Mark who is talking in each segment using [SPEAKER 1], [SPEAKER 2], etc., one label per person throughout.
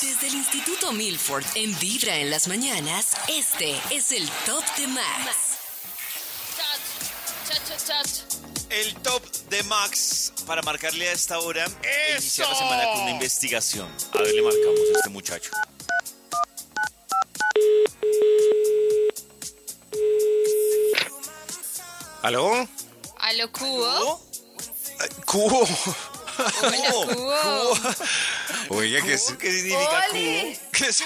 [SPEAKER 1] Desde el Instituto Milford en Vibra en las mañanas, este es el Top de Max.
[SPEAKER 2] El top de Max para marcarle a esta hora e iniciar la semana con una investigación. A ver, le marcamos a este muchacho.
[SPEAKER 3] ¿Aló?
[SPEAKER 4] ¿Aló, Cubo?
[SPEAKER 3] Cubo.
[SPEAKER 4] Hola,
[SPEAKER 2] Cubo.
[SPEAKER 4] Cubo.
[SPEAKER 3] Oiga, ¿qué, es-
[SPEAKER 2] ¿Cubo? ¿Qué significa
[SPEAKER 4] Oli.
[SPEAKER 2] cubo?
[SPEAKER 3] qué es-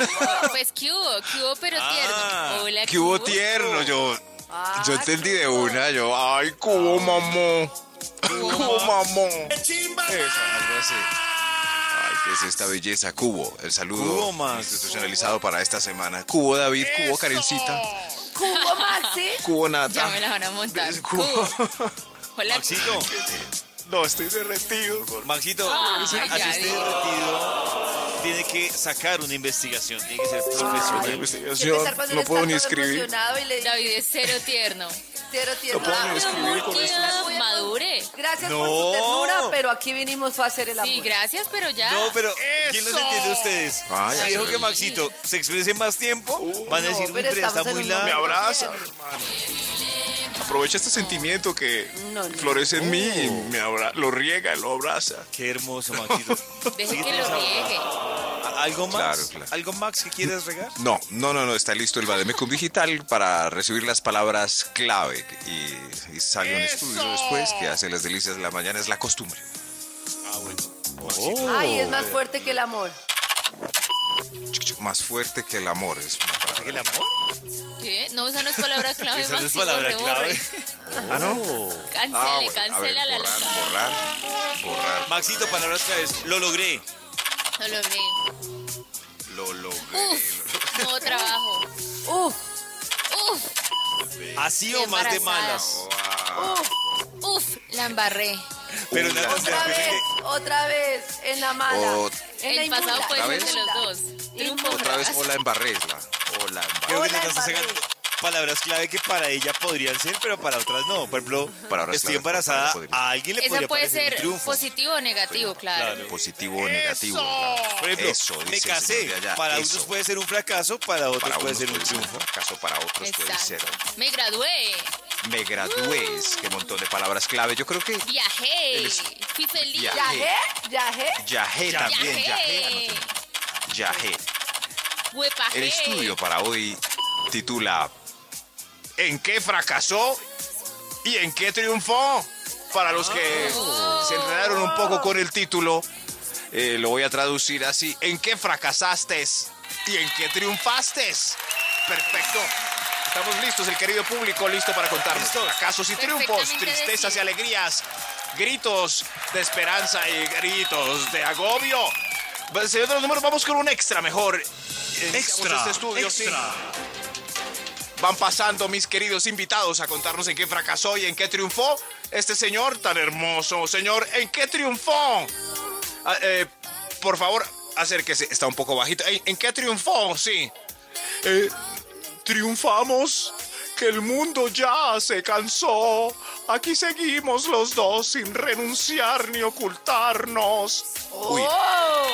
[SPEAKER 4] Pues, ¿qué hubo? ¿Qué hubo, pero
[SPEAKER 2] Ah,
[SPEAKER 4] tierno? Hola,
[SPEAKER 3] qué hubo
[SPEAKER 4] Cubo.
[SPEAKER 3] tierno? Yo,
[SPEAKER 4] Ah,
[SPEAKER 3] yo entendí de una, yo, ay, cubo, mamón. Cubo, mamón.
[SPEAKER 2] ¡Chimba
[SPEAKER 3] Eso, algo así. Ay, ¿qué es esta belleza? Cubo, el saludo
[SPEAKER 2] Cubo, Max.
[SPEAKER 3] institucionalizado para esta semana. Cubo, David, cubo, Karencita,
[SPEAKER 4] ¿Cubo, Maxi?
[SPEAKER 3] cubo,
[SPEAKER 4] Ya
[SPEAKER 3] Nata.
[SPEAKER 4] me la van a montar.
[SPEAKER 3] Es
[SPEAKER 4] Cubo.
[SPEAKER 3] Cubo.
[SPEAKER 4] Hola,
[SPEAKER 2] Maxito,
[SPEAKER 3] No, estoy derretido.
[SPEAKER 2] Maxito,
[SPEAKER 4] Ah,
[SPEAKER 2] así
[SPEAKER 4] ya
[SPEAKER 2] esté
[SPEAKER 4] digo.
[SPEAKER 2] derretido, tiene que sacar una investigación, tiene que ser
[SPEAKER 5] Ah.
[SPEAKER 3] Una
[SPEAKER 2] profesional.
[SPEAKER 3] investigación,
[SPEAKER 5] empezar
[SPEAKER 3] pues,
[SPEAKER 5] cuando
[SPEAKER 3] no
[SPEAKER 5] uno
[SPEAKER 3] puedo
[SPEAKER 5] está
[SPEAKER 3] ni
[SPEAKER 5] todo
[SPEAKER 3] escribir.
[SPEAKER 5] emocionado y le dice,
[SPEAKER 4] David es cero tierno.
[SPEAKER 5] "Cero tiempo".
[SPEAKER 3] puedo
[SPEAKER 5] Ah,
[SPEAKER 3] ni escribir.
[SPEAKER 5] amor,
[SPEAKER 3] con
[SPEAKER 4] Murcia,
[SPEAKER 5] esto.
[SPEAKER 4] madure.
[SPEAKER 5] Gracias por
[SPEAKER 2] No.
[SPEAKER 5] su ternura, pero aquí vinimos fue a hacer el amor.
[SPEAKER 4] Sí, gracias, pero ya.
[SPEAKER 2] No, pero ¿quién los entiende a ustedes?
[SPEAKER 3] Ay,
[SPEAKER 2] Si
[SPEAKER 3] ay,
[SPEAKER 2] dijo
[SPEAKER 3] ay. Uh.
[SPEAKER 2] que Maxito se exprese más tiempo, van a decir,
[SPEAKER 5] no,
[SPEAKER 2] "Uy,
[SPEAKER 5] pero
[SPEAKER 2] pero está
[SPEAKER 5] estamos en
[SPEAKER 2] muy
[SPEAKER 5] un
[SPEAKER 2] largo.
[SPEAKER 3] Me
[SPEAKER 5] momento-
[SPEAKER 3] abraza, hermano. Aprovecha este sentimiento que
[SPEAKER 5] No, Oh. no.
[SPEAKER 3] florece en mí y me abra- lo riega, lo abraza.
[SPEAKER 2] Qué hermoso, Maxito.
[SPEAKER 4] Deje
[SPEAKER 2] Sí,
[SPEAKER 4] que
[SPEAKER 2] o
[SPEAKER 4] lo
[SPEAKER 2] sea,
[SPEAKER 4] riegue.
[SPEAKER 2] ¿Algo más?
[SPEAKER 3] Claro, claro.
[SPEAKER 2] ¿Algo más que quieres regar?
[SPEAKER 3] No, no, no, no, está listo el Bademecum Digital para recibir las palabras clave y, y sale un estudio después que hace las delicias de la mañana, es la costumbre.
[SPEAKER 5] Ay, es más fuerte que el amor.
[SPEAKER 3] Chuc, chuc, Más fuerte que el amor. Es una palabra.
[SPEAKER 2] ¿El amor?
[SPEAKER 4] ¿Qué? No, esa no es palabra clave,
[SPEAKER 2] Esa no es
[SPEAKER 4] Maxi, borre,
[SPEAKER 2] palabra clave.
[SPEAKER 4] borre.
[SPEAKER 3] Ah, no.
[SPEAKER 4] Cancele,
[SPEAKER 3] Ah, bueno, a ver,
[SPEAKER 4] cancela la
[SPEAKER 3] borrar,
[SPEAKER 4] la-
[SPEAKER 3] borrar, borrar.
[SPEAKER 2] Maxito, palabras claves. Lo logré.
[SPEAKER 4] No lo logré.
[SPEAKER 3] Lo logré.
[SPEAKER 4] Uf, no trabajo.
[SPEAKER 5] Uf,
[SPEAKER 4] Uf,
[SPEAKER 2] Así o más de malas.
[SPEAKER 3] Wow.
[SPEAKER 5] uf,
[SPEAKER 4] uf, la embarré.
[SPEAKER 2] Pero
[SPEAKER 3] Una.
[SPEAKER 2] nada,
[SPEAKER 5] otra vez, otra vez, en la mala.
[SPEAKER 3] Ot-
[SPEAKER 5] en la
[SPEAKER 4] El pasado
[SPEAKER 5] inmunda,
[SPEAKER 4] puede
[SPEAKER 3] ser
[SPEAKER 5] en la
[SPEAKER 3] de
[SPEAKER 4] los
[SPEAKER 5] inmunda.
[SPEAKER 4] dos. Triunfo,
[SPEAKER 5] Inmunda.
[SPEAKER 3] Otra vez, hola en Barresla. Hola en Barresla.
[SPEAKER 2] creo que
[SPEAKER 5] Hola,
[SPEAKER 2] te estás
[SPEAKER 5] embarré.
[SPEAKER 2] sacando palabras clave que para ella podrían ser, pero para otras no. Por ejemplo,
[SPEAKER 3] Palabras
[SPEAKER 2] estoy
[SPEAKER 3] clave,
[SPEAKER 2] embarazada.
[SPEAKER 3] palabras podrían.
[SPEAKER 2] A alguien le
[SPEAKER 4] Esa
[SPEAKER 2] podría
[SPEAKER 4] puede
[SPEAKER 2] parecer un
[SPEAKER 4] ser
[SPEAKER 2] triunfo.
[SPEAKER 4] positivo o negativo, claro.
[SPEAKER 2] Claro.
[SPEAKER 3] Positivo o negativo. claro.
[SPEAKER 2] Por ejemplo,
[SPEAKER 3] Eso, dice
[SPEAKER 2] me
[SPEAKER 3] el señor
[SPEAKER 2] casé.
[SPEAKER 3] de allá,
[SPEAKER 2] Para
[SPEAKER 3] eso.
[SPEAKER 2] unos puede ser un fracaso, para otros
[SPEAKER 3] para
[SPEAKER 2] puede
[SPEAKER 3] unos
[SPEAKER 2] ser un triunfo.
[SPEAKER 3] Caso para otros puede ser.
[SPEAKER 4] Exacto. Me gradué,
[SPEAKER 3] Me gradué, es que montón de palabras clave. Yo creo que
[SPEAKER 4] viajé,
[SPEAKER 3] Eres-
[SPEAKER 4] fui feliz.
[SPEAKER 3] Via-
[SPEAKER 5] ¿Yajé? ¿Yajé?
[SPEAKER 3] yajé también, yajé.
[SPEAKER 4] Viajé,
[SPEAKER 3] Yajé.
[SPEAKER 4] huepajé.
[SPEAKER 3] El estudio para hoy titula ¿En qué fracasó y en qué triunfó? Para los que
[SPEAKER 4] Oh.
[SPEAKER 3] se enredaron un poco con el título, eh, lo voy a traducir así. ¿En qué fracasaste y en qué triunfaste? Perfecto. Estamos listos, el querido público, listo para contarnos
[SPEAKER 2] Listos.
[SPEAKER 3] fracasos y triunfos,
[SPEAKER 4] Perfectamente
[SPEAKER 3] tristezas y
[SPEAKER 4] decidido.
[SPEAKER 3] alegrías, gritos de esperanza y gritos de agobio. Bueno, Señor de los números, vamos con un extra mejor. Extra, este estudio, sí. Van pasando mis queridos invitados a contarnos en qué fracasó y en qué triunfó este señor tan hermoso. Señor, ¿en qué triunfó? Ah, eh, por favor, acérquese. Está un poco bajito. Ey, ¿En qué triunfó? Sí. Eh, triunfamos. Que el mundo ya se cansó. Aquí seguimos los dos sin renunciar ni ocultarnos. Uy,
[SPEAKER 5] ¡Oh!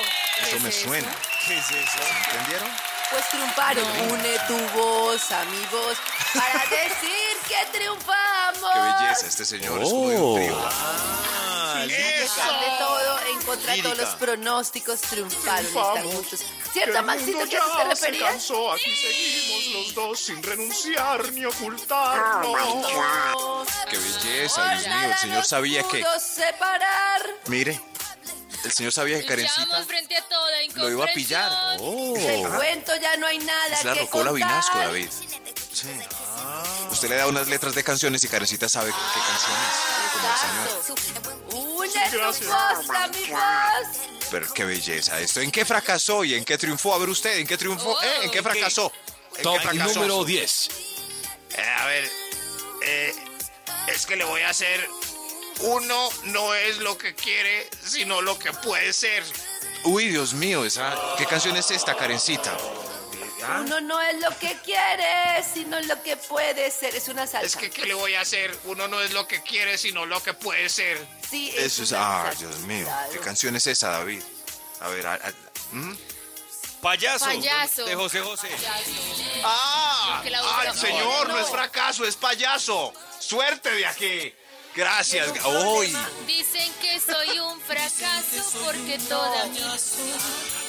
[SPEAKER 3] eso me suena.
[SPEAKER 2] ¿Qué es eso?
[SPEAKER 3] ¿Entendieron?
[SPEAKER 5] Pues triunfaron. Une tu voz, amigos, para decir que triunfamos.
[SPEAKER 3] Qué belleza este señor. Es
[SPEAKER 2] Oh.
[SPEAKER 3] como de un trío.
[SPEAKER 2] Ah,
[SPEAKER 5] pesar de todo, en contra de todos
[SPEAKER 2] Lírica.
[SPEAKER 5] los pronósticos, triunfaron, están
[SPEAKER 3] Triunfamos.
[SPEAKER 5] juntos.
[SPEAKER 3] Que
[SPEAKER 5] ¿Cierto,
[SPEAKER 3] el
[SPEAKER 5] Maxito,
[SPEAKER 3] mundo
[SPEAKER 5] que a
[SPEAKER 3] ya
[SPEAKER 5] eso te
[SPEAKER 3] se
[SPEAKER 5] referías?
[SPEAKER 3] cansó, aquí seguimos los dos sin renunciar ni ocultarnos. Qué belleza, Dios mío, el señor sabía que... Oh.
[SPEAKER 5] Pudo separar.
[SPEAKER 3] Mire, el señor sabía que
[SPEAKER 4] Luchamos
[SPEAKER 3] Karencita
[SPEAKER 4] frente a toda
[SPEAKER 3] lo iba a pillar. Oh.
[SPEAKER 4] incomprensión.
[SPEAKER 5] Te cuento, ya no hay nada
[SPEAKER 3] Es la
[SPEAKER 5] que
[SPEAKER 3] rocola
[SPEAKER 5] contar.
[SPEAKER 3] Vinasco, David. Sí. Usted le da unas letras de canciones y Karencita sabe qué canciones. Como el señor.
[SPEAKER 5] Exacto. Une tu voz, amigos.
[SPEAKER 3] Pero qué belleza esto. ¿En qué fracasó y en qué triunfó? A ver usted, ¿en qué triunfó?
[SPEAKER 6] Oh,
[SPEAKER 3] ¿Eh? ¿En qué
[SPEAKER 6] ¿en
[SPEAKER 3] fracasó? ¿En
[SPEAKER 7] Top
[SPEAKER 3] qué fracasó?
[SPEAKER 7] número 10.
[SPEAKER 3] Eh, a ver, eh, es que le voy a hacer. Uno no es lo que quiere, sino lo que puede ser. Uy, Dios mío, esa. ¿Qué canción es esta, Karencita?
[SPEAKER 5] Uno no es lo que quiere, sino lo que puede ser. Es una salsa.
[SPEAKER 8] Es que, ¿qué le voy a hacer? Uno no es lo que quiere, sino lo que puede ser.
[SPEAKER 5] sí,
[SPEAKER 3] Eso es.
[SPEAKER 5] una
[SPEAKER 3] Ah,
[SPEAKER 5] salsa,
[SPEAKER 3] Dios mío. ¿Qué
[SPEAKER 5] claro.
[SPEAKER 3] canción es esa, David? A ver, a- a- ¿Mm?
[SPEAKER 9] Payaso.
[SPEAKER 6] Payaso.
[SPEAKER 9] De José José.
[SPEAKER 3] ¡Ah!
[SPEAKER 6] Yo que la busco.
[SPEAKER 3] ¡Ay, señor! No.
[SPEAKER 6] No.
[SPEAKER 3] es fracaso, es payaso. ¡Suerte de aquí! Gracias.
[SPEAKER 5] Ningún
[SPEAKER 3] ¡Uy!
[SPEAKER 5] problema.
[SPEAKER 6] Dicen que soy un fracaso porque toda mi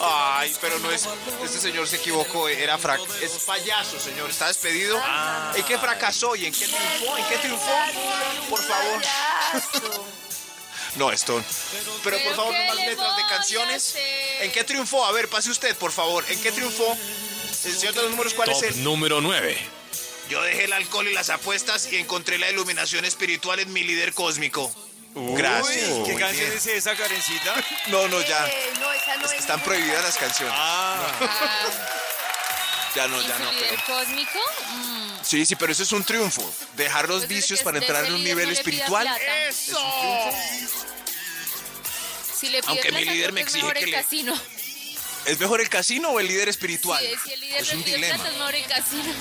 [SPEAKER 3] Ay, pero no es. Este señor se equivocó, era frac. Es payaso, señor. Está despedido.
[SPEAKER 6] Ah.
[SPEAKER 3] ¿En qué fracasó y en qué triunfó? ¿En qué triunfó? Por favor.
[SPEAKER 5] Payaso.
[SPEAKER 3] No, esto. Pero por
[SPEAKER 6] ¿Pero
[SPEAKER 3] favor,
[SPEAKER 6] qué
[SPEAKER 3] no más
[SPEAKER 6] le
[SPEAKER 3] letras de
[SPEAKER 6] voy a
[SPEAKER 3] canciones.
[SPEAKER 6] hacer?
[SPEAKER 3] ¿En qué triunfó? A ver, pase usted, por favor. ¿En qué triunfó? El señor de los números, ¿cuál es
[SPEAKER 7] Top
[SPEAKER 3] el?
[SPEAKER 7] número 9.
[SPEAKER 3] Yo dejé el alcohol y las apuestas y encontré la iluminación espiritual en mi líder cósmico. Gracias.
[SPEAKER 9] Uy, ¿Qué
[SPEAKER 3] Muy
[SPEAKER 9] canción
[SPEAKER 3] bien.
[SPEAKER 9] es esa, Karencita?
[SPEAKER 3] No, no, ya.
[SPEAKER 5] Eh, no, esa no
[SPEAKER 3] Es que
[SPEAKER 5] es
[SPEAKER 3] Están
[SPEAKER 5] ninguna
[SPEAKER 3] prohibidas las
[SPEAKER 5] salsa.
[SPEAKER 3] canciones.
[SPEAKER 9] Ah,
[SPEAKER 6] ah,
[SPEAKER 3] Ya no, ya no.
[SPEAKER 6] influir
[SPEAKER 3] pero-
[SPEAKER 6] cósmico. Mm. pues
[SPEAKER 3] Sí, sí, pero eso es un triunfo. Dejar los
[SPEAKER 9] Pues
[SPEAKER 6] Desde
[SPEAKER 3] vicios
[SPEAKER 6] que-
[SPEAKER 3] para entrar
[SPEAKER 6] desde
[SPEAKER 3] en un
[SPEAKER 6] líder
[SPEAKER 3] nivel
[SPEAKER 6] no le pidas
[SPEAKER 3] espiritual.
[SPEAKER 6] plata.
[SPEAKER 8] ¡Eso!
[SPEAKER 6] Si le pides
[SPEAKER 3] Aunque mi
[SPEAKER 6] plata,
[SPEAKER 3] líder me
[SPEAKER 6] es
[SPEAKER 3] exige
[SPEAKER 6] mejor
[SPEAKER 3] que
[SPEAKER 6] el
[SPEAKER 3] le-
[SPEAKER 6] casino.
[SPEAKER 3] ¿Es mejor el casino o el líder espiritual?
[SPEAKER 6] Sí, si el líder
[SPEAKER 3] es
[SPEAKER 6] me
[SPEAKER 3] un
[SPEAKER 6] pide
[SPEAKER 3] dilema.
[SPEAKER 6] plata, es mejor el casino.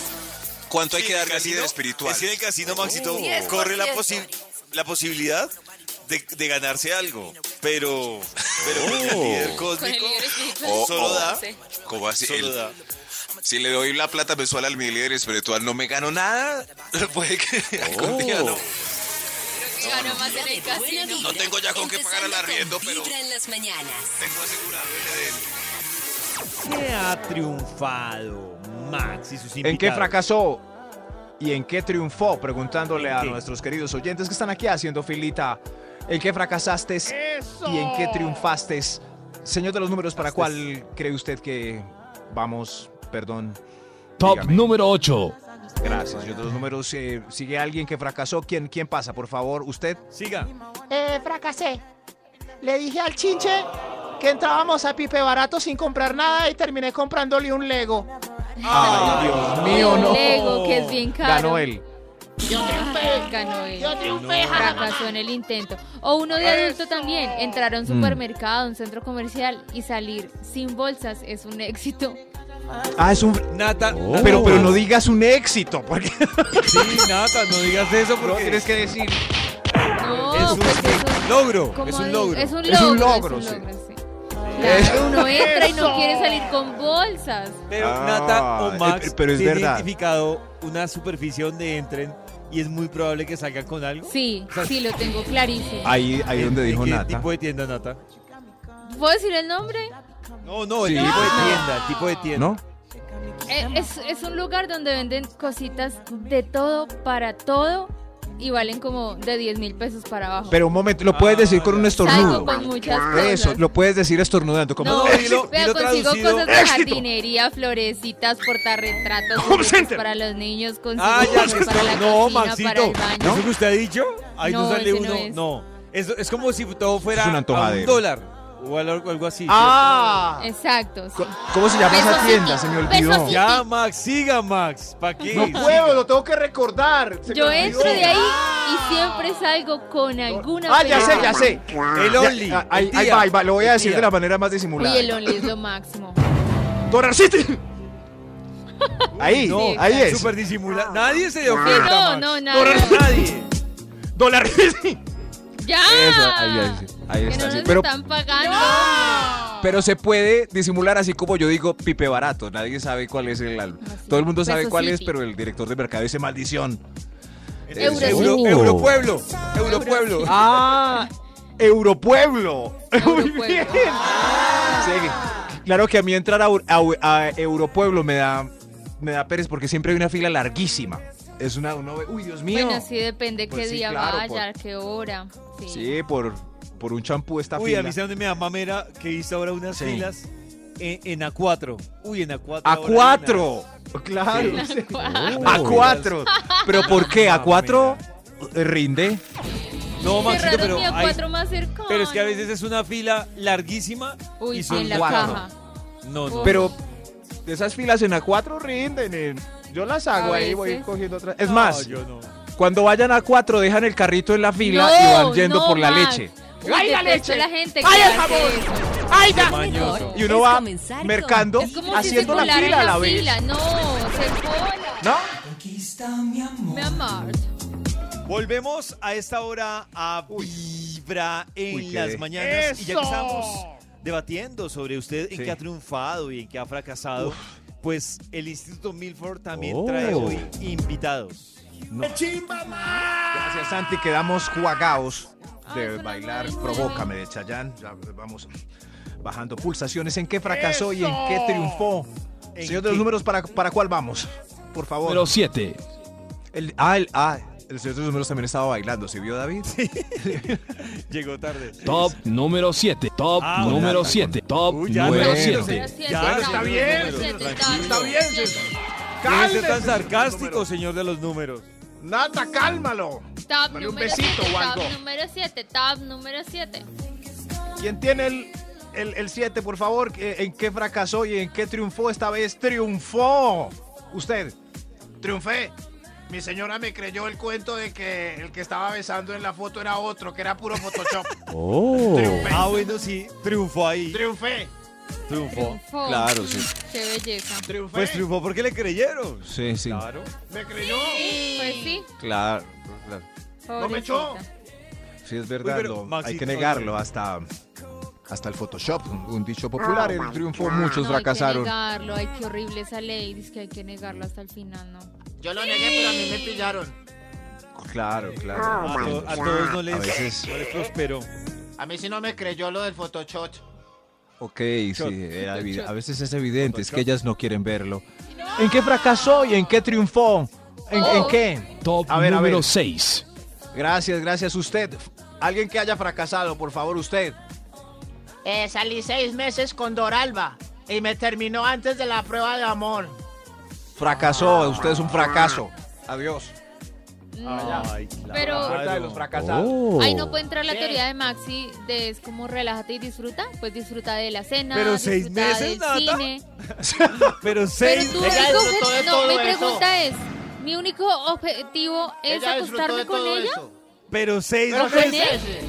[SPEAKER 3] ¿Cuánto hay
[SPEAKER 9] sí,
[SPEAKER 3] que
[SPEAKER 9] el
[SPEAKER 3] darle al
[SPEAKER 9] casino-
[SPEAKER 3] líder espiritual?
[SPEAKER 9] Es que en el casino, Maxito,
[SPEAKER 5] Oh. 10%.
[SPEAKER 9] corre la, posi- la posibilidad de, de ganarse algo. Pero, pero con el líder
[SPEAKER 6] Con el
[SPEAKER 9] cósmico
[SPEAKER 6] líder espiritual.
[SPEAKER 3] Oh,
[SPEAKER 9] solo
[SPEAKER 3] oh.
[SPEAKER 9] da.
[SPEAKER 6] Sí.
[SPEAKER 3] ¿Cómo así?
[SPEAKER 9] Solo
[SPEAKER 3] El-
[SPEAKER 9] da.
[SPEAKER 3] si le doy la plata mensual al mi líder espiritual, no me gano nada. Puede que algún día
[SPEAKER 9] Oh.
[SPEAKER 3] no.
[SPEAKER 6] Ganó más en el casino.
[SPEAKER 3] No tengo ya con qué pagar el arriendo, pero-
[SPEAKER 1] Vibra en las mañanas.
[SPEAKER 3] Tengo asegurado el EDN.
[SPEAKER 2] ¿Qué ha triunfado Max y sus invitados?
[SPEAKER 10] ¿En qué fracasó? ¿Y en qué triunfó? Preguntándole
[SPEAKER 2] ¿En
[SPEAKER 10] a
[SPEAKER 2] qué?
[SPEAKER 10] nuestros queridos oyentes que están aquí haciendo filita. ¿En qué fracasaste? ¿Y en qué triunfaste? Señor de los números, ¿para cuál cree usted que vamos? Perdón.
[SPEAKER 7] Top
[SPEAKER 10] Dígame.
[SPEAKER 7] número 8.
[SPEAKER 10] Gracias, señor de los números. eh, ¿Sigue alguien que fracasó? ¿Quién, ¿Quién pasa, por favor? ¿Usted?
[SPEAKER 2] Siga.
[SPEAKER 11] Eh, fracasé. Le dije al chinche que entrábamos a Pipe Barato sin comprar nada y terminé comprándole un Lego.
[SPEAKER 10] ¡Ay, Dios mío, no!
[SPEAKER 6] Lego, que es bien caro.
[SPEAKER 10] Ganó él.
[SPEAKER 11] Yo triunfé.
[SPEAKER 6] Ganó él.
[SPEAKER 11] Yo triunfé. ja, ja, ja.
[SPEAKER 4] Fracasó en el intento. O uno de adulto también. Entrar a un supermercado, a un centro comercial y salir sin bolsas es un éxito.
[SPEAKER 10] Ah, es un... fr-
[SPEAKER 2] Nata. Nata,
[SPEAKER 10] Pero, pero no digas un éxito, porque
[SPEAKER 2] Sí, Nata, no digas eso
[SPEAKER 10] no
[SPEAKER 2] porque
[SPEAKER 10] tienes que decir...
[SPEAKER 4] No,
[SPEAKER 2] es un
[SPEAKER 4] pues eso es-
[SPEAKER 2] logro.
[SPEAKER 4] como
[SPEAKER 2] Es un
[SPEAKER 4] di-
[SPEAKER 2] logro.
[SPEAKER 4] Es un logro.
[SPEAKER 10] Es un logro,
[SPEAKER 4] es
[SPEAKER 10] sí.
[SPEAKER 4] un logro, sí. Claro, uno entra y no quiere salir con bolsas.
[SPEAKER 2] Pero
[SPEAKER 10] Ah,
[SPEAKER 2] Nata o
[SPEAKER 10] eh,
[SPEAKER 2] Max
[SPEAKER 10] eh, pero es
[SPEAKER 2] tiene
[SPEAKER 10] verdad.
[SPEAKER 2] identificado una superficie donde entren y es muy probable que salgan con algo.
[SPEAKER 4] Sí, sí, lo tengo clarísimo.
[SPEAKER 10] Ahí, ahí
[SPEAKER 2] ¿En-
[SPEAKER 10] donde
[SPEAKER 2] en
[SPEAKER 10] dijo
[SPEAKER 2] qué
[SPEAKER 10] Nata.
[SPEAKER 2] tipo de tienda, Nata?
[SPEAKER 4] ¿Puedo decir el nombre?
[SPEAKER 2] No, no, el
[SPEAKER 10] Sí. Ah.
[SPEAKER 2] tipo de tienda, el tipo de tienda.
[SPEAKER 10] ¿No?
[SPEAKER 4] Eh, es, es un lugar donde venden cositas de todo para todo y valen como de 10 mil pesos para abajo.
[SPEAKER 10] Pero un momento, lo puedes decir con un
[SPEAKER 4] Salgo pues.
[SPEAKER 10] estornudo.
[SPEAKER 4] con muchas cosas.
[SPEAKER 10] Eso, lo puedes decir estornudando. Como
[SPEAKER 4] No,
[SPEAKER 2] dilo, dilo
[SPEAKER 4] vea, consigo
[SPEAKER 2] traducido.
[SPEAKER 4] cosas de
[SPEAKER 10] ¡Éxito!
[SPEAKER 4] jardinería, florecitas, portarretratos,
[SPEAKER 10] Home
[SPEAKER 4] juguetes
[SPEAKER 10] center.
[SPEAKER 4] para los niños, consigo
[SPEAKER 2] Ah, ya,
[SPEAKER 4] cosas para la
[SPEAKER 2] no,
[SPEAKER 4] cocina,
[SPEAKER 2] Maxito.
[SPEAKER 4] para el baño.
[SPEAKER 2] ¿Eso que usted ha dicho? Ahí no,
[SPEAKER 4] No,
[SPEAKER 2] sale
[SPEAKER 4] ese
[SPEAKER 2] uno.
[SPEAKER 4] no
[SPEAKER 2] No.
[SPEAKER 4] es.
[SPEAKER 2] Es. es como si todo fuera
[SPEAKER 10] Es un
[SPEAKER 2] a un
[SPEAKER 10] antojadero.
[SPEAKER 2] dólar o algo, algo así.
[SPEAKER 10] ¡Ah!
[SPEAKER 4] Exacto, sí.
[SPEAKER 10] Co- ¿Cómo se llama esa
[SPEAKER 4] Besos
[SPEAKER 10] tienda?
[SPEAKER 4] City.
[SPEAKER 10] Se me olvidó.
[SPEAKER 4] Besos City.
[SPEAKER 2] Ya, Max, siga, Max. ¿Para qué?
[SPEAKER 10] No
[SPEAKER 2] Siga.
[SPEAKER 10] puedo, lo tengo que recordar. Se me
[SPEAKER 4] Yo
[SPEAKER 10] olvidó.
[SPEAKER 4] entro de ahí y siempre salgo con alguna
[SPEAKER 10] Ah, ya sé,
[SPEAKER 4] pelota.
[SPEAKER 10] ya sé.
[SPEAKER 2] El
[SPEAKER 10] Ya,
[SPEAKER 2] Only.
[SPEAKER 10] ah, ahí,
[SPEAKER 2] el
[SPEAKER 10] ahí
[SPEAKER 2] tía,
[SPEAKER 10] va, ahí va, lo voy a
[SPEAKER 2] el
[SPEAKER 10] decir
[SPEAKER 2] tía.
[SPEAKER 10] de la manera más
[SPEAKER 4] Oye, el
[SPEAKER 10] disimulada.
[SPEAKER 4] Only es lo máximo.
[SPEAKER 10] ¡Donar City! Ahí,
[SPEAKER 2] No,
[SPEAKER 10] Oh, ahí es.
[SPEAKER 2] Súper
[SPEAKER 4] Ah.
[SPEAKER 2] disimulado. Nadie se dio
[SPEAKER 4] Sí,
[SPEAKER 2] cuenta.
[SPEAKER 4] no,
[SPEAKER 2] Max.
[SPEAKER 4] no, nada.
[SPEAKER 2] Nadie.
[SPEAKER 10] ¡Dolar City!
[SPEAKER 4] ¡Ya!
[SPEAKER 10] Eso, ahí, ahí, sí, ahí
[SPEAKER 4] que no
[SPEAKER 10] está.
[SPEAKER 4] nos
[SPEAKER 10] sí. Pero,
[SPEAKER 4] están pagando.
[SPEAKER 10] pero se puede disimular así como yo digo pipe barato. Nadie sabe cuál es el álbum.
[SPEAKER 4] Así.
[SPEAKER 10] Todo el mundo sabe
[SPEAKER 4] Besos
[SPEAKER 10] cuál es,
[SPEAKER 4] City.
[SPEAKER 10] pero el director de mercado dice maldición.
[SPEAKER 4] Euro
[SPEAKER 10] Eso.
[SPEAKER 4] City.
[SPEAKER 2] Euro, Europueblo. Europueblo.
[SPEAKER 10] Ah, Europueblo. Muy
[SPEAKER 4] Europueblo.
[SPEAKER 10] bien. Sí,
[SPEAKER 4] Ah.
[SPEAKER 10] claro que a mí entrar a, Ur- a- a Europueblo me da, me da Pérez porque siempre hay una fila larguísima. Es una, uno ve- uy, Dios mío.
[SPEAKER 4] Bueno, sí, depende
[SPEAKER 10] Pues
[SPEAKER 4] qué
[SPEAKER 10] sí,
[SPEAKER 4] día
[SPEAKER 10] claro,
[SPEAKER 4] vaya, qué hora. Sí.
[SPEAKER 10] Sí, por, por un champú esta
[SPEAKER 2] Uy,
[SPEAKER 10] fila.
[SPEAKER 2] a mí se donde me da mamera que hizo ahora unas
[SPEAKER 10] Sí.
[SPEAKER 2] filas en, en A4. Uy, en A4.
[SPEAKER 10] A
[SPEAKER 2] ahora hay
[SPEAKER 10] cuatro. Ah, Claro. sí. Ah, A cuatro. ¿Pero por qué? A cuatro rinde.
[SPEAKER 2] una- No, Maxito,
[SPEAKER 4] Cerraron
[SPEAKER 2] pero
[SPEAKER 4] mi
[SPEAKER 2] hay-
[SPEAKER 4] A4 más cercano.
[SPEAKER 2] Pero es que a veces es una fila larguísima
[SPEAKER 4] Uy,
[SPEAKER 2] y
[SPEAKER 4] sí,
[SPEAKER 2] son
[SPEAKER 4] en la
[SPEAKER 2] cuatro.
[SPEAKER 4] caja.
[SPEAKER 2] No, no.
[SPEAKER 10] Pero esas filas en A4 rinden. eh. Yo las hago
[SPEAKER 4] A
[SPEAKER 10] ahí, voy
[SPEAKER 4] veces.
[SPEAKER 10] cogiendo otras. Es
[SPEAKER 2] No,
[SPEAKER 10] más,
[SPEAKER 2] yo no.
[SPEAKER 10] cuando vayan a A4 dejan el carrito en la fila
[SPEAKER 4] No,
[SPEAKER 10] y van yendo
[SPEAKER 4] no,
[SPEAKER 10] por la
[SPEAKER 4] Max.
[SPEAKER 10] leche.
[SPEAKER 4] Uy,
[SPEAKER 11] ¡Ay, la
[SPEAKER 4] detesto
[SPEAKER 11] leche!
[SPEAKER 4] la gente que
[SPEAKER 11] ¡Ay, el
[SPEAKER 4] hace eso.
[SPEAKER 11] jabón! ¡Ay, la
[SPEAKER 2] Mañoso.
[SPEAKER 10] Y uno va mercando,
[SPEAKER 4] Es como si se
[SPEAKER 10] haciendo la
[SPEAKER 4] colara en
[SPEAKER 10] fila a la
[SPEAKER 4] la
[SPEAKER 10] vez.
[SPEAKER 4] fila. No, se cola.
[SPEAKER 10] ¿No?
[SPEAKER 4] Mi amor.
[SPEAKER 2] Volvemos a esta hora a Vibra en
[SPEAKER 10] Uy, qué
[SPEAKER 2] las
[SPEAKER 10] de-
[SPEAKER 2] mañanas. Y ya
[SPEAKER 8] ¡Eso!
[SPEAKER 2] que estamos debatiendo sobre usted en
[SPEAKER 10] Sí.
[SPEAKER 2] qué ha triunfado y en qué ha fracasado, pues el Instituto Milford también
[SPEAKER 10] Oh.
[SPEAKER 2] trae hoy invitados.
[SPEAKER 10] Gracias, Santi. Quedamos jugados
[SPEAKER 4] Ay,
[SPEAKER 10] de
[SPEAKER 4] suena
[SPEAKER 10] bailar
[SPEAKER 4] muy
[SPEAKER 10] Provócame de Chayán. Ya pues, vamos bajando pulsaciones. ¿En qué fracasó y en qué triunfó?
[SPEAKER 2] ¿En
[SPEAKER 10] Señor de los
[SPEAKER 2] qué?
[SPEAKER 10] números, ¿para, para cuál vamos? Por favor.
[SPEAKER 7] Número 7.
[SPEAKER 10] El, ah, el, ah, el señor de los números también estaba bailando. ¿Se vio, David?
[SPEAKER 2] Llegó tarde.
[SPEAKER 7] Top número 7. Top
[SPEAKER 2] Ah, bueno.
[SPEAKER 7] número 7. Top
[SPEAKER 2] Uy, ya
[SPEAKER 7] número 7.
[SPEAKER 2] está,
[SPEAKER 4] siete,
[SPEAKER 2] ya
[SPEAKER 4] bueno,
[SPEAKER 2] está
[SPEAKER 4] siete,
[SPEAKER 2] bien,
[SPEAKER 4] siete,
[SPEAKER 2] señor,
[SPEAKER 4] siete,
[SPEAKER 2] tranquilo.
[SPEAKER 4] está bien,
[SPEAKER 11] Está bien,
[SPEAKER 4] siete.
[SPEAKER 2] Debe
[SPEAKER 11] ¡Cálmese!
[SPEAKER 2] ser tan sarcástico, señor de los números.
[SPEAKER 11] Nata, cálmalo.
[SPEAKER 4] Top
[SPEAKER 11] Dale
[SPEAKER 4] número
[SPEAKER 11] un besito
[SPEAKER 4] 7,
[SPEAKER 11] o
[SPEAKER 4] top
[SPEAKER 11] algo.
[SPEAKER 4] número 7, top número 7.
[SPEAKER 10] ¿Quién tiene el... El 7, por favor, Eh, ¿en qué fracasó y en qué triunfó? Esta vez triunfó. Usted.
[SPEAKER 8] Triunfé. Mi señora me creyó el cuento de que el que estaba besando en la foto era otro, que era puro Photoshop.
[SPEAKER 2] Oh.
[SPEAKER 8] Triunfé.
[SPEAKER 2] Ah, bueno, sí, triunfó ahí.
[SPEAKER 8] Triunfé.
[SPEAKER 2] Triunfó.
[SPEAKER 8] Oh.
[SPEAKER 10] Claro, sí.
[SPEAKER 4] Qué belleza.
[SPEAKER 8] Triunfé.
[SPEAKER 2] Pues triunfó porque le creyeron.
[SPEAKER 10] Sí, sí.
[SPEAKER 2] Claro.
[SPEAKER 8] me creyó.
[SPEAKER 4] Pues sí.
[SPEAKER 10] Claro, claro.
[SPEAKER 8] No me echó.
[SPEAKER 4] pobrecita.
[SPEAKER 10] Sí, es verdad,
[SPEAKER 2] pero,
[SPEAKER 10] lo- hay
[SPEAKER 2] Maxito,
[SPEAKER 10] que negarlo hasta, hasta el Photoshop, un, un dicho popular, el triunfo, muchos
[SPEAKER 4] No,
[SPEAKER 10] fracasaron.
[SPEAKER 4] Hay que negarlo, ay, qué horrible esa ley. Dice que hay que negarlo hasta el final, ¿no?
[SPEAKER 8] Yo lo negué, pero a mí me pillaron.
[SPEAKER 10] Claro, claro.
[SPEAKER 2] A, to- a todos no les,
[SPEAKER 10] A veces.
[SPEAKER 2] no les prosperó.
[SPEAKER 8] A mí sí no me creyó lo del Photoshop.
[SPEAKER 10] Ok,
[SPEAKER 2] Shot.
[SPEAKER 10] sí, era evi- a veces es evidente, es que ellas no quieren verlo. ¿En qué fracasó y en qué triunfó? ¿En,
[SPEAKER 4] Oh.
[SPEAKER 10] en qué?
[SPEAKER 7] Top
[SPEAKER 10] A ver, a
[SPEAKER 7] número
[SPEAKER 10] ver.
[SPEAKER 7] 6.
[SPEAKER 10] Gracias, gracias usted. Alguien que haya fracasado, por favor, usted.
[SPEAKER 11] Eh, salí seis meses con Doralba y me terminó antes de la prueba de amor.
[SPEAKER 10] Fracasó, usted es un fracaso. Adiós.
[SPEAKER 11] Ah,
[SPEAKER 2] Ay, claro. Oh.
[SPEAKER 4] Pero-
[SPEAKER 10] Puerta de los fracasados.
[SPEAKER 4] Ahí no pues, puede entrar la
[SPEAKER 11] Sí.
[SPEAKER 4] teoría de Maxi de es como relájate y disfruta. Pues disfruta de la cena,
[SPEAKER 2] Pero seis
[SPEAKER 4] disfruta
[SPEAKER 2] meses,
[SPEAKER 4] del
[SPEAKER 2] Nata.
[SPEAKER 4] cine.
[SPEAKER 2] Pero
[SPEAKER 4] Pero
[SPEAKER 2] seis
[SPEAKER 4] tu
[SPEAKER 8] Ella
[SPEAKER 4] único
[SPEAKER 8] disfrutó
[SPEAKER 4] obje-
[SPEAKER 8] de
[SPEAKER 4] No,
[SPEAKER 8] todo
[SPEAKER 4] mi
[SPEAKER 8] eso.
[SPEAKER 4] pregunta es, ¿mi único objetivo es
[SPEAKER 8] Ella disfrutó
[SPEAKER 4] acostarme
[SPEAKER 8] de
[SPEAKER 4] con
[SPEAKER 8] todo
[SPEAKER 4] ella?
[SPEAKER 8] eso.
[SPEAKER 2] Pero seis
[SPEAKER 11] Pero
[SPEAKER 2] meses.
[SPEAKER 11] seis meses.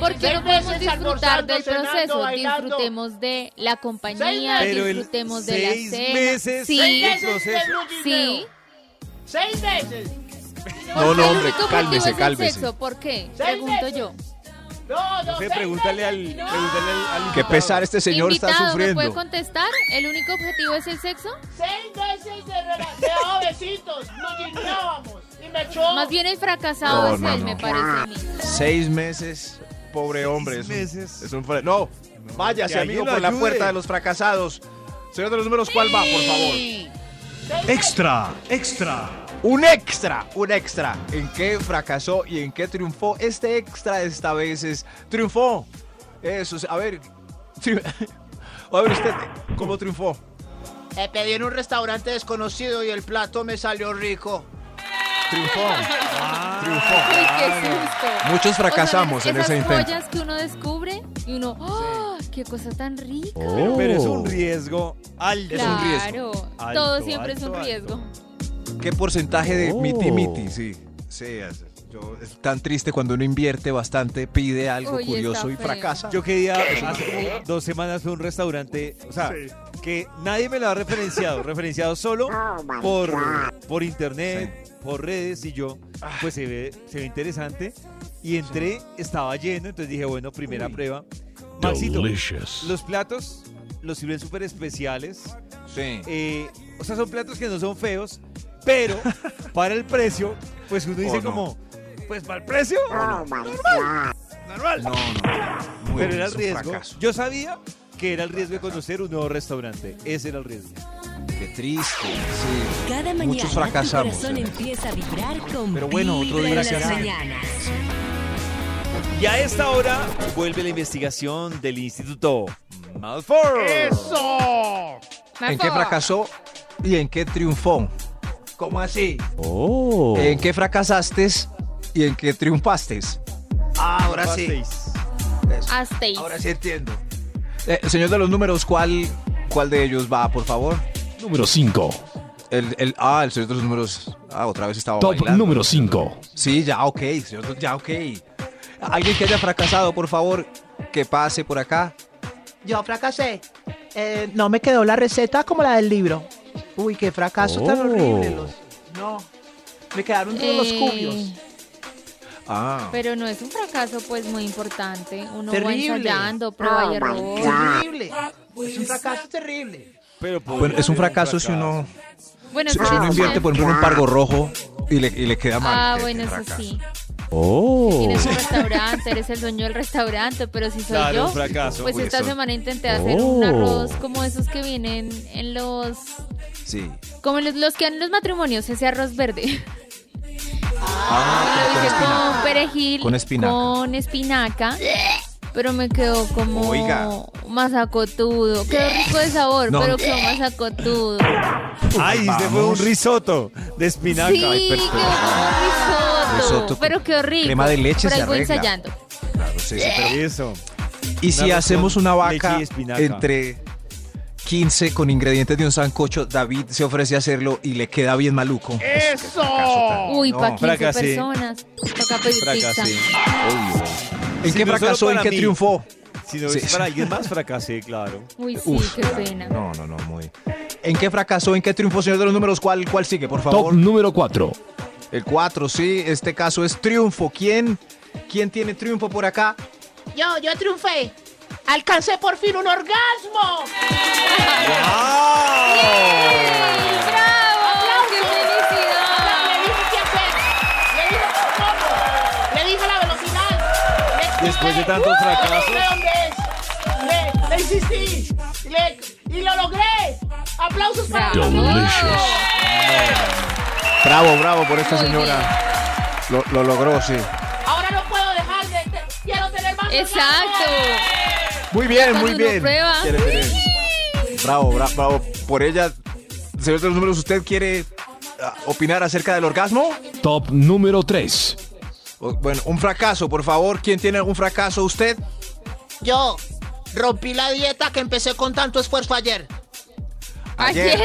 [SPEAKER 4] ¿Por qué
[SPEAKER 11] Seis
[SPEAKER 4] no podemos
[SPEAKER 11] meses
[SPEAKER 4] disfrutar
[SPEAKER 11] almorzando,
[SPEAKER 4] del
[SPEAKER 11] cenando,
[SPEAKER 4] proceso?
[SPEAKER 11] bailando.
[SPEAKER 4] Disfrutemos de la compañía,
[SPEAKER 11] meses.
[SPEAKER 2] Pero el
[SPEAKER 4] disfrutemos de la
[SPEAKER 2] seis
[SPEAKER 4] cena.
[SPEAKER 2] meses.
[SPEAKER 4] sí,
[SPEAKER 11] Seis
[SPEAKER 2] el
[SPEAKER 11] meses sin
[SPEAKER 2] proceso.
[SPEAKER 11] vernos
[SPEAKER 4] sí.
[SPEAKER 11] video. Seis meses.
[SPEAKER 10] No,
[SPEAKER 4] Porque
[SPEAKER 10] no,
[SPEAKER 4] el
[SPEAKER 10] hombre,
[SPEAKER 4] único objetivo es
[SPEAKER 10] cálmese,
[SPEAKER 4] el
[SPEAKER 10] cálmese.
[SPEAKER 4] sexo, ¿Por qué?
[SPEAKER 11] Seis
[SPEAKER 4] Pregunto
[SPEAKER 11] meses.
[SPEAKER 4] yo.
[SPEAKER 11] No, no,
[SPEAKER 2] No sé,
[SPEAKER 11] seis
[SPEAKER 2] pregúntale
[SPEAKER 11] meses.
[SPEAKER 2] al, pregúntale al, al
[SPEAKER 10] Qué
[SPEAKER 2] invitado.
[SPEAKER 10] pesar, este señor
[SPEAKER 4] Invitado,
[SPEAKER 10] está
[SPEAKER 4] ¿me puede
[SPEAKER 10] sufriendo.
[SPEAKER 4] contestar? ¿El único objetivo es el sexo?
[SPEAKER 11] Seis meses de rela- de daba besitos. Nos guiñábamos y me echó.
[SPEAKER 4] Más bien el fracasado
[SPEAKER 10] No,
[SPEAKER 4] es
[SPEAKER 10] no,
[SPEAKER 4] él,
[SPEAKER 10] no.
[SPEAKER 4] me parece a mí.
[SPEAKER 10] Seis meses, pobre hombre. es un-
[SPEAKER 2] meses.
[SPEAKER 10] Es un fra- no, váyase,
[SPEAKER 2] que
[SPEAKER 10] amigo,
[SPEAKER 2] alguien lo
[SPEAKER 10] por la
[SPEAKER 2] ayude.
[SPEAKER 10] puerta de los fracasados. Señor de los números, ¿cuál va, por favor?
[SPEAKER 7] Extra, extra.
[SPEAKER 10] Un extra, un extra. ¿En qué fracasó y en qué triunfó? Este extra esta vez es triunfó. Eso, es- a ver. tri- A ver usted, ¿cómo triunfó?
[SPEAKER 11] Me pedí en un restaurante desconocido y el plato me salió rico.
[SPEAKER 10] Triunfó.
[SPEAKER 4] Uy,
[SPEAKER 10] Triunfó.
[SPEAKER 11] Ah.
[SPEAKER 4] qué susto.
[SPEAKER 10] Muchos
[SPEAKER 4] O
[SPEAKER 10] fracasamos
[SPEAKER 4] sea,
[SPEAKER 10] en ese
[SPEAKER 4] esas
[SPEAKER 10] intento.
[SPEAKER 4] joyas que uno descubre y uno, ¡ah! ¡Qué cosa tan rica!
[SPEAKER 7] Oh.
[SPEAKER 2] Pero es un riesgo alto.
[SPEAKER 4] claro,
[SPEAKER 2] Alto,
[SPEAKER 4] todo siempre es
[SPEAKER 2] alto,
[SPEAKER 4] un
[SPEAKER 2] alto.
[SPEAKER 4] riesgo.
[SPEAKER 10] ¿Qué porcentaje de
[SPEAKER 7] Oh.
[SPEAKER 10] miti miti? Sí. Sí, es- yo- es tan triste cuando uno invierte bastante, pide algo
[SPEAKER 4] Uy,
[SPEAKER 10] curioso
[SPEAKER 4] está
[SPEAKER 10] y
[SPEAKER 4] feo.
[SPEAKER 10] fracasa.
[SPEAKER 2] Yo quería, hace como dos semanas fue a un restaurante, o sea, que nadie me lo ha referenciado, referenciado solo por, por internet, por redes y yo, pues se ve, se ve interesante. Y entré, estaba lleno, entonces dije, bueno, primera prueba. Maxito, los platos los sirven súper especiales.
[SPEAKER 10] Sí.
[SPEAKER 2] eh, o sea, son platos que no son feos, pero para el precio, pues uno dice
[SPEAKER 10] no.
[SPEAKER 2] como, pues para el precio, normal, normal.
[SPEAKER 10] No, no. muy-
[SPEAKER 2] Pero era el
[SPEAKER 10] es un
[SPEAKER 2] riesgo.
[SPEAKER 10] fracaso.
[SPEAKER 2] Yo sabía que era el riesgo de conocer un nuevo restaurante. Ese era el riesgo.
[SPEAKER 10] Qué triste. Sí.
[SPEAKER 1] Cada mañana
[SPEAKER 10] Muchos
[SPEAKER 1] tu
[SPEAKER 10] fracasamos,
[SPEAKER 1] corazón
[SPEAKER 10] Elena.
[SPEAKER 1] empieza a vibrar con
[SPEAKER 10] Pero bueno, otro
[SPEAKER 1] Vibra
[SPEAKER 10] día
[SPEAKER 1] en las
[SPEAKER 10] será.
[SPEAKER 1] mañanas.
[SPEAKER 2] Y a esta hora vuelve la investigación del Instituto Malfour.
[SPEAKER 8] ¡Eso!
[SPEAKER 10] ¿En qué fracasó y en qué triunfó? ¿Cómo así?
[SPEAKER 7] Oh.
[SPEAKER 10] ¿En qué fracasaste y en qué triunfaste? Ah, ahora sí.
[SPEAKER 4] Asteis.
[SPEAKER 10] Ahora sí entiendo. Eh, señor de los números, ¿cuál, ¿cuál de ellos va, por favor?
[SPEAKER 7] Número 5.
[SPEAKER 10] El, el- ah, el señor de los números. Ah, otra vez estaba
[SPEAKER 7] Top
[SPEAKER 10] bailando.
[SPEAKER 7] número 5.
[SPEAKER 10] Sí, ya, ok, señor, ya, ok. Alguien que haya fracasado, por favor, que pase por acá.
[SPEAKER 11] Yo fracasé. Eh, no me quedó la receta como la del libro. Uy, qué fracaso tan
[SPEAKER 10] Oh.
[SPEAKER 11] horrible. los- no. Me quedaron duros los
[SPEAKER 4] Eh,
[SPEAKER 11] cubios.
[SPEAKER 10] Ah.
[SPEAKER 4] Pero no es un fracaso pues muy importante. Uno va
[SPEAKER 11] Terrible.
[SPEAKER 4] ensayando,
[SPEAKER 10] Ah,
[SPEAKER 4] prueba y error.
[SPEAKER 11] Terrible. Es un fracaso terrible.
[SPEAKER 2] Pero
[SPEAKER 10] Bueno, es un fracaso si uno,
[SPEAKER 4] Bueno,
[SPEAKER 10] si
[SPEAKER 4] pero
[SPEAKER 10] uno
[SPEAKER 4] eso
[SPEAKER 10] invierte,
[SPEAKER 4] es-
[SPEAKER 10] por ejemplo, en un pargo rojo y le, y le queda mal.
[SPEAKER 4] Ah,
[SPEAKER 10] Qué
[SPEAKER 4] bueno, eso
[SPEAKER 10] fracaso.
[SPEAKER 4] sí.
[SPEAKER 2] Oh.
[SPEAKER 4] Tienes un restaurante, eres el dueño del restaurante, pero si soy
[SPEAKER 2] Claro,
[SPEAKER 4] yo,
[SPEAKER 2] un fracaso.
[SPEAKER 4] pues
[SPEAKER 2] Uy,
[SPEAKER 4] esta
[SPEAKER 2] eso-
[SPEAKER 4] semana intenté hacer
[SPEAKER 2] Oh.
[SPEAKER 4] un arroz como esos que vienen en los,
[SPEAKER 10] Sí.
[SPEAKER 4] como los, los que dan en los matrimonios, ese arroz verde.
[SPEAKER 10] Ah,
[SPEAKER 4] Lo hice
[SPEAKER 10] espinaca.
[SPEAKER 4] con perejil,
[SPEAKER 10] Con espinaca.
[SPEAKER 4] con espinaca, pero me quedó como
[SPEAKER 10] Oiga.
[SPEAKER 4] masacotudo. Quedó rico de sabor,
[SPEAKER 2] No.
[SPEAKER 4] pero quedó masacotudo.
[SPEAKER 10] Pues
[SPEAKER 2] Ay, este fue un risotto de espinaca.
[SPEAKER 4] Sí,
[SPEAKER 2] Ay,
[SPEAKER 4] quedó
[SPEAKER 2] pero-
[SPEAKER 4] como risotto,
[SPEAKER 2] Risotto
[SPEAKER 4] pero quedó rico.
[SPEAKER 2] crema de leche
[SPEAKER 4] Por
[SPEAKER 2] se
[SPEAKER 4] ahí voy
[SPEAKER 2] arregla.
[SPEAKER 4] ensayando.
[SPEAKER 10] Claro, sí, sí, pero-
[SPEAKER 2] Eso.
[SPEAKER 10] Y si
[SPEAKER 2] Eh. Una
[SPEAKER 10] hacemos
[SPEAKER 2] razón,
[SPEAKER 10] una vaca
[SPEAKER 2] leche y espinaca.
[SPEAKER 10] entre 15 con ingredientes de un sancocho, David se ofrece a hacerlo y le queda bien maluco.
[SPEAKER 2] Eh,
[SPEAKER 8] ¡Eso!
[SPEAKER 4] Uy,
[SPEAKER 10] No,
[SPEAKER 4] pa' 15
[SPEAKER 10] fracasé.
[SPEAKER 4] personas. Toca pedir
[SPEAKER 2] Fracasé.
[SPEAKER 4] pizza.
[SPEAKER 10] ¿En
[SPEAKER 2] Si
[SPEAKER 10] qué
[SPEAKER 2] no solo
[SPEAKER 10] fracasó? ¿En
[SPEAKER 2] para
[SPEAKER 10] qué
[SPEAKER 2] mí,
[SPEAKER 10] triunfó?
[SPEAKER 2] Si no
[SPEAKER 10] Sí.
[SPEAKER 2] es para alguien más, fracasé, claro.
[SPEAKER 4] Uy, sí,
[SPEAKER 10] Uf,
[SPEAKER 4] qué
[SPEAKER 10] claro.
[SPEAKER 4] pena.
[SPEAKER 10] No, no, no, muy. ¿En qué fracasó? ¿En qué triunfó, señor de los números? ¿Cuál, cuál sigue, por favor?
[SPEAKER 7] Top número 4.
[SPEAKER 10] El 4, sí. Este caso es triunfo. ¿Quién, ¿Quién tiene triunfo por acá?
[SPEAKER 11] Yo, yo triunfé. Alcancé por fin un orgasmo.
[SPEAKER 6] ¡Bravo! ¡Qué
[SPEAKER 11] Le
[SPEAKER 6] felicidad!
[SPEAKER 11] dije qué hacer. Le dije cómo. Le dije la velocidad. Le expliqué.
[SPEAKER 2] Después de tantos
[SPEAKER 11] ¡Uh!
[SPEAKER 2] fracasos.
[SPEAKER 11] Le dónde es. Le, le insistí. Le- y lo logré. Aplausos para
[SPEAKER 10] Bravo, bravo por esta
[SPEAKER 11] Muy
[SPEAKER 10] señora. Lo, lo logró, sí.
[SPEAKER 11] Ahora no puedo dejar de. te- quiero tener más.
[SPEAKER 4] Exacto.
[SPEAKER 10] Muy bien,
[SPEAKER 4] Cuando
[SPEAKER 10] muy
[SPEAKER 4] uno
[SPEAKER 10] bien.
[SPEAKER 4] prueba.
[SPEAKER 10] Quiere tener- Bravo, bra- bravo. Por ella, señor de los números, ¿usted quiere ah, opinar acerca del orgasmo?
[SPEAKER 7] Top número 3.
[SPEAKER 10] O- Bueno, un fracaso, por favor. ¿Quién tiene algún fracaso? ¿Usted?
[SPEAKER 11] Yo rompí la dieta que empecé con tanto esfuerzo ayer.
[SPEAKER 4] ¿Ayer?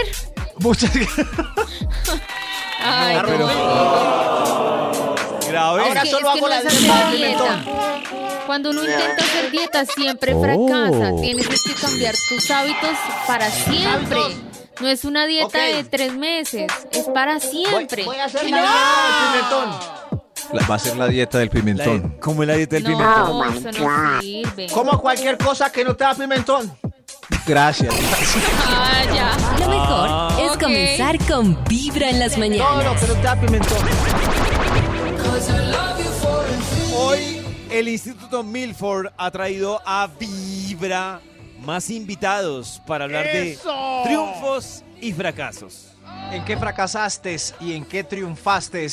[SPEAKER 10] Muchas
[SPEAKER 4] Ay, no,
[SPEAKER 10] pero- Grave.
[SPEAKER 11] Ahora
[SPEAKER 4] Es que-
[SPEAKER 11] solo
[SPEAKER 4] es que
[SPEAKER 11] hago
[SPEAKER 4] no
[SPEAKER 11] la
[SPEAKER 4] es
[SPEAKER 11] dieta
[SPEAKER 4] hacer
[SPEAKER 11] de
[SPEAKER 4] dieta.
[SPEAKER 11] mentón.
[SPEAKER 4] Cuando uno intenta hacer dieta siempre
[SPEAKER 2] Oh.
[SPEAKER 4] fracasa. Tienes que cambiar tus hábitos para siempre. No es una dieta
[SPEAKER 11] Ok.
[SPEAKER 4] de tres meses, es para siempre.
[SPEAKER 11] Voy a hacer
[SPEAKER 4] No.
[SPEAKER 11] la dieta del pimentón.
[SPEAKER 10] La- va a ser la dieta del pimentón.
[SPEAKER 2] Como la dieta del
[SPEAKER 4] No,
[SPEAKER 2] pimentón.
[SPEAKER 4] eso no sirve.
[SPEAKER 11] Como cualquier cosa que no te da pimentón.
[SPEAKER 10] Gracias.
[SPEAKER 4] Ah, ya.
[SPEAKER 1] Lo mejor
[SPEAKER 3] Ah,
[SPEAKER 1] es
[SPEAKER 4] Ok.
[SPEAKER 1] comenzar con Vibra en las
[SPEAKER 11] Todo lo
[SPEAKER 1] mañanas.
[SPEAKER 11] que no te da pimentón.
[SPEAKER 2] Hoy el Instituto Milford ha traído a Vibra más invitados para hablar
[SPEAKER 8] ¡Eso!
[SPEAKER 2] de triunfos y fracasos.
[SPEAKER 10] ¿En qué fracasaste y en qué triunfaste?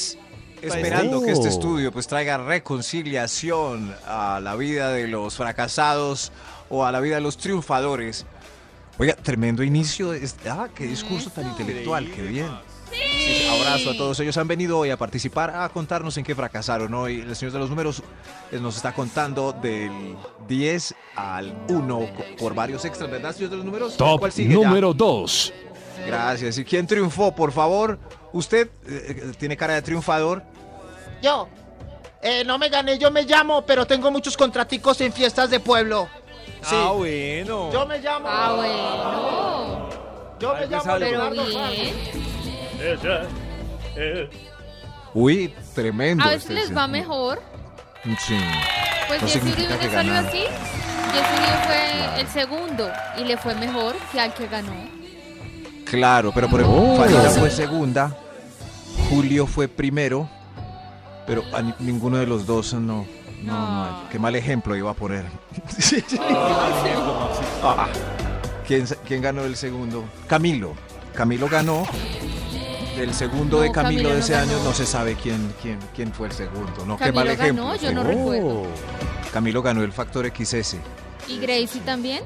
[SPEAKER 10] Esperando
[SPEAKER 2] Oh.
[SPEAKER 10] que este estudio pues traiga reconciliación a la vida de los fracasados o a la vida de los triunfadores. Oiga, tremendo inicio. de este- Ah, qué discurso tan intelectual, qué bien. Sí, Abrazo a todos ellos. Han venido hoy a participar, a contarnos en qué fracasaron hoy. El señor de los números eh, nos está contando del 10 al 1 por varios extras, ¿verdad, señor de los números?
[SPEAKER 7] Top
[SPEAKER 10] ¿Cuál sigue ya?
[SPEAKER 7] número 2.
[SPEAKER 10] Gracias. ¿Y quién triunfó? Por favor, usted eh, eh, tiene cara de triunfador.
[SPEAKER 11] Yo. eh, no me gané, yo me llamo, pero tengo muchos contraticos en fiestas de pueblo. Sí.
[SPEAKER 2] Ah, bueno.
[SPEAKER 11] Yo me llamo.
[SPEAKER 4] Ah, bueno.
[SPEAKER 11] Yo me
[SPEAKER 2] Algo es
[SPEAKER 11] llamo
[SPEAKER 2] algo.
[SPEAKER 4] Pero
[SPEAKER 11] Leonardo Franco.
[SPEAKER 4] bien.
[SPEAKER 10] Uy, tremendo.
[SPEAKER 4] A veces
[SPEAKER 10] este, sí.
[SPEAKER 4] les va mejor.
[SPEAKER 10] Sí.
[SPEAKER 4] Pues
[SPEAKER 10] No
[SPEAKER 4] Jesse
[SPEAKER 10] significa
[SPEAKER 4] Uribe
[SPEAKER 10] que
[SPEAKER 4] salió
[SPEAKER 10] ganaron.
[SPEAKER 4] así. Jesse Uribe fue el segundo y le fue mejor que al que ganó.
[SPEAKER 10] Claro, pero por ejemplo, Farida fue segunda, Julio fue primero, pero a ni- ninguno de los dos no. No, no hay. Qué mal ejemplo iba a poner. Sí, sí. Ah, ¿quién, sa- quién ganó el segundo? Camilo. Camilo ganó. El segundo de
[SPEAKER 4] No,
[SPEAKER 10] Camilo,
[SPEAKER 4] Camilo
[SPEAKER 10] de
[SPEAKER 4] no
[SPEAKER 10] ese año
[SPEAKER 4] ganó.
[SPEAKER 10] no se sabe quién, quién, quién fue el segundo. No, qué mal
[SPEAKER 4] Camilo
[SPEAKER 10] ejemplo.
[SPEAKER 4] ganó, yo no
[SPEAKER 10] sí.
[SPEAKER 4] recuerdo.
[SPEAKER 10] Camilo ganó el factor XS.
[SPEAKER 4] ¿Y Gracie también?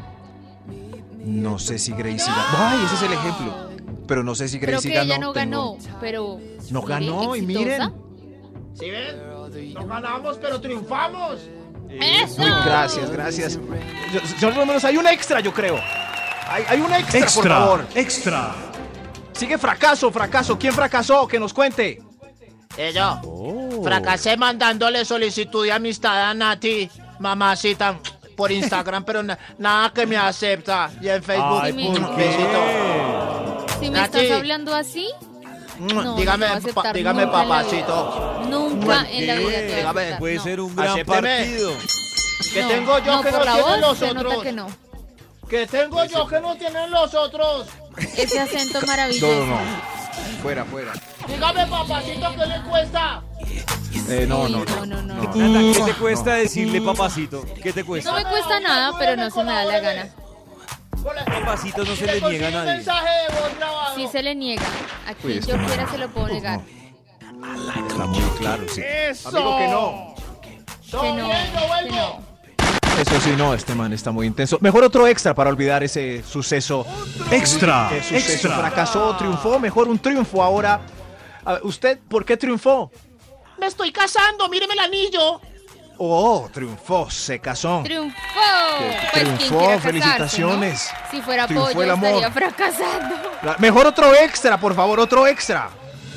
[SPEAKER 10] No sé si Gracie ganó. ¡Ay, ese es el ejemplo! Pero no sé si
[SPEAKER 4] Creo
[SPEAKER 10] Gracie
[SPEAKER 4] que
[SPEAKER 10] ganó.
[SPEAKER 4] ella no
[SPEAKER 10] tengo-
[SPEAKER 4] ganó, pero...
[SPEAKER 10] No
[SPEAKER 4] mire,
[SPEAKER 10] ganó, y
[SPEAKER 4] exitosa.
[SPEAKER 10] miren.
[SPEAKER 11] ¿Sí ven?
[SPEAKER 8] No ganamos, pero triunfamos.
[SPEAKER 6] ¡Eso!
[SPEAKER 10] Uy, gracias, gracias. Yo- Señor Romero, hay un extra, yo creo. Hay, hay un extra, por
[SPEAKER 12] Extra,
[SPEAKER 10] favor. Extra. Sigue fracaso, fracaso. ¿Quién fracasó? Que nos cuente.
[SPEAKER 11] Eh, yo.
[SPEAKER 2] Oh.
[SPEAKER 11] Fracasé mandándole solicitud de amistad a Nati, mamacita, por Instagram, pero na- nada que me acepta. Y
[SPEAKER 2] Ah.
[SPEAKER 11] en Facebook.
[SPEAKER 4] Ay, ¿por
[SPEAKER 11] un
[SPEAKER 4] qué?
[SPEAKER 11] besito.
[SPEAKER 4] Si me
[SPEAKER 11] Nati. Mm,
[SPEAKER 4] estás hablando así, no, no
[SPEAKER 11] dígame,
[SPEAKER 4] te va a aceptar
[SPEAKER 11] pa- dígame,
[SPEAKER 4] nunca en la
[SPEAKER 11] papacito.
[SPEAKER 4] vida. Nunca en la vida te va a
[SPEAKER 11] Dígame,
[SPEAKER 4] aceptar,
[SPEAKER 11] puede
[SPEAKER 4] no.
[SPEAKER 11] ser un
[SPEAKER 2] gran
[SPEAKER 11] partido. Que
[SPEAKER 4] No,
[SPEAKER 11] tengo yo
[SPEAKER 4] no,
[SPEAKER 11] que no
[SPEAKER 4] por la
[SPEAKER 11] tienen
[SPEAKER 4] voz
[SPEAKER 11] los
[SPEAKER 4] se nota
[SPEAKER 11] otros.
[SPEAKER 4] que no.
[SPEAKER 11] Que tengo yo que no tienen los otros.
[SPEAKER 4] Ese acento maravilloso.
[SPEAKER 10] No, no, no. Fuera, fuera.
[SPEAKER 11] Dígame, papacito, ¿qué le cuesta?
[SPEAKER 10] Eh, no, no, no.
[SPEAKER 2] Nata, ¿qué te cuesta decirle papacito? ¿Qué te
[SPEAKER 4] No
[SPEAKER 2] cuesta?
[SPEAKER 4] me cuesta nada, pero no se me da la gana.
[SPEAKER 2] Papacito no se le niega a nadie.
[SPEAKER 4] Sí se le niega. A quien
[SPEAKER 2] Uy, este
[SPEAKER 4] yo
[SPEAKER 2] man.
[SPEAKER 4] quiera se lo puedo
[SPEAKER 10] Pues
[SPEAKER 4] negar.
[SPEAKER 2] Está muy claro, sí.
[SPEAKER 10] Amigo, que no.
[SPEAKER 4] Que no, que no.
[SPEAKER 10] Eso sí, no, este man está muy intenso. Mejor otro extra para olvidar ese suceso.
[SPEAKER 12] Extra,
[SPEAKER 10] Eh, suceso.
[SPEAKER 12] extra.
[SPEAKER 10] Fracasó, triunfó. Mejor un triunfo ahora. A ver, ¿Usted por qué triunfó?
[SPEAKER 11] Me estoy casando, míreme el anillo.
[SPEAKER 10] Oh, triunfó, se casó.
[SPEAKER 4] Triunfó.
[SPEAKER 10] Que
[SPEAKER 4] Pues quien
[SPEAKER 10] triunfó,
[SPEAKER 4] quiera casarse,
[SPEAKER 10] felicitaciones.
[SPEAKER 4] ¿no? Si fuera
[SPEAKER 10] Triunfó el
[SPEAKER 4] pollo,
[SPEAKER 10] amor.
[SPEAKER 4] estaría fracasando.
[SPEAKER 10] La- Mejor otro extra, por favor, otro extra.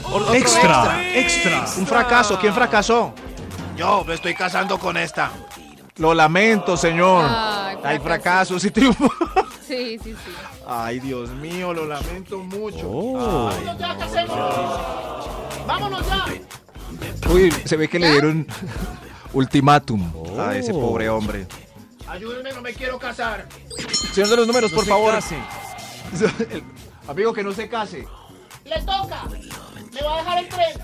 [SPEAKER 10] Otro
[SPEAKER 8] Extra,
[SPEAKER 10] extra. Un fracaso, ¿quién fracasó?
[SPEAKER 8] Yo me estoy casando con esta.
[SPEAKER 10] Lo lamento, señor.
[SPEAKER 8] Ay,
[SPEAKER 10] Hay fracasos y triunfos.
[SPEAKER 4] Sí, sí, sí.
[SPEAKER 10] Ay, Dios mío, lo lamento mucho. Ay.
[SPEAKER 11] Vámonos ya, ¿qué hacemos? Vámonos ya.
[SPEAKER 10] Uy, se ve que le dieron ultimátum a ese pobre hombre.
[SPEAKER 8] Ayúdenme, no me quiero casar.
[SPEAKER 10] Señor de los números,
[SPEAKER 8] No
[SPEAKER 10] por
[SPEAKER 8] se
[SPEAKER 10] favor.
[SPEAKER 8] case.
[SPEAKER 10] El- Amigo, que no se case.
[SPEAKER 11] Le toca. Le va a dejar el tren.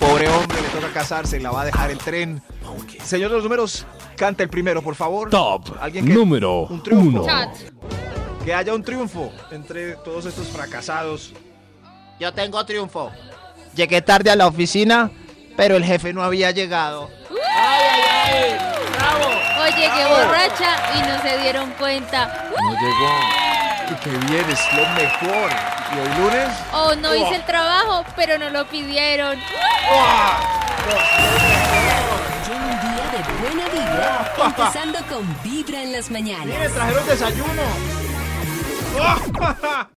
[SPEAKER 10] Pobre hombre, le toca casarse, la va a dejar el tren. Señor de los números, canta el primero, por favor.
[SPEAKER 7] Top
[SPEAKER 10] Alguien que,
[SPEAKER 7] número
[SPEAKER 10] un triunfo.
[SPEAKER 7] uno.
[SPEAKER 10] que haya un triunfo entre todos estos fracasados.
[SPEAKER 11] Yo tengo triunfo. Llegué tarde a la oficina, pero el jefe no había llegado.
[SPEAKER 4] ¡Ay,
[SPEAKER 11] ay, ay! ¡Bravo!
[SPEAKER 4] Oye, qué
[SPEAKER 11] ¡Bravo!
[SPEAKER 4] borracha y no se dieron cuenta.
[SPEAKER 10] No llegó. Que bien, es lo mejor. Y hoy lunes.
[SPEAKER 4] Oh, no hice el trabajo, pero no lo pidieron.
[SPEAKER 1] Lleva un día de buena vibra, empezando con Vibra en las mañanas.
[SPEAKER 10] trajeron desayuno.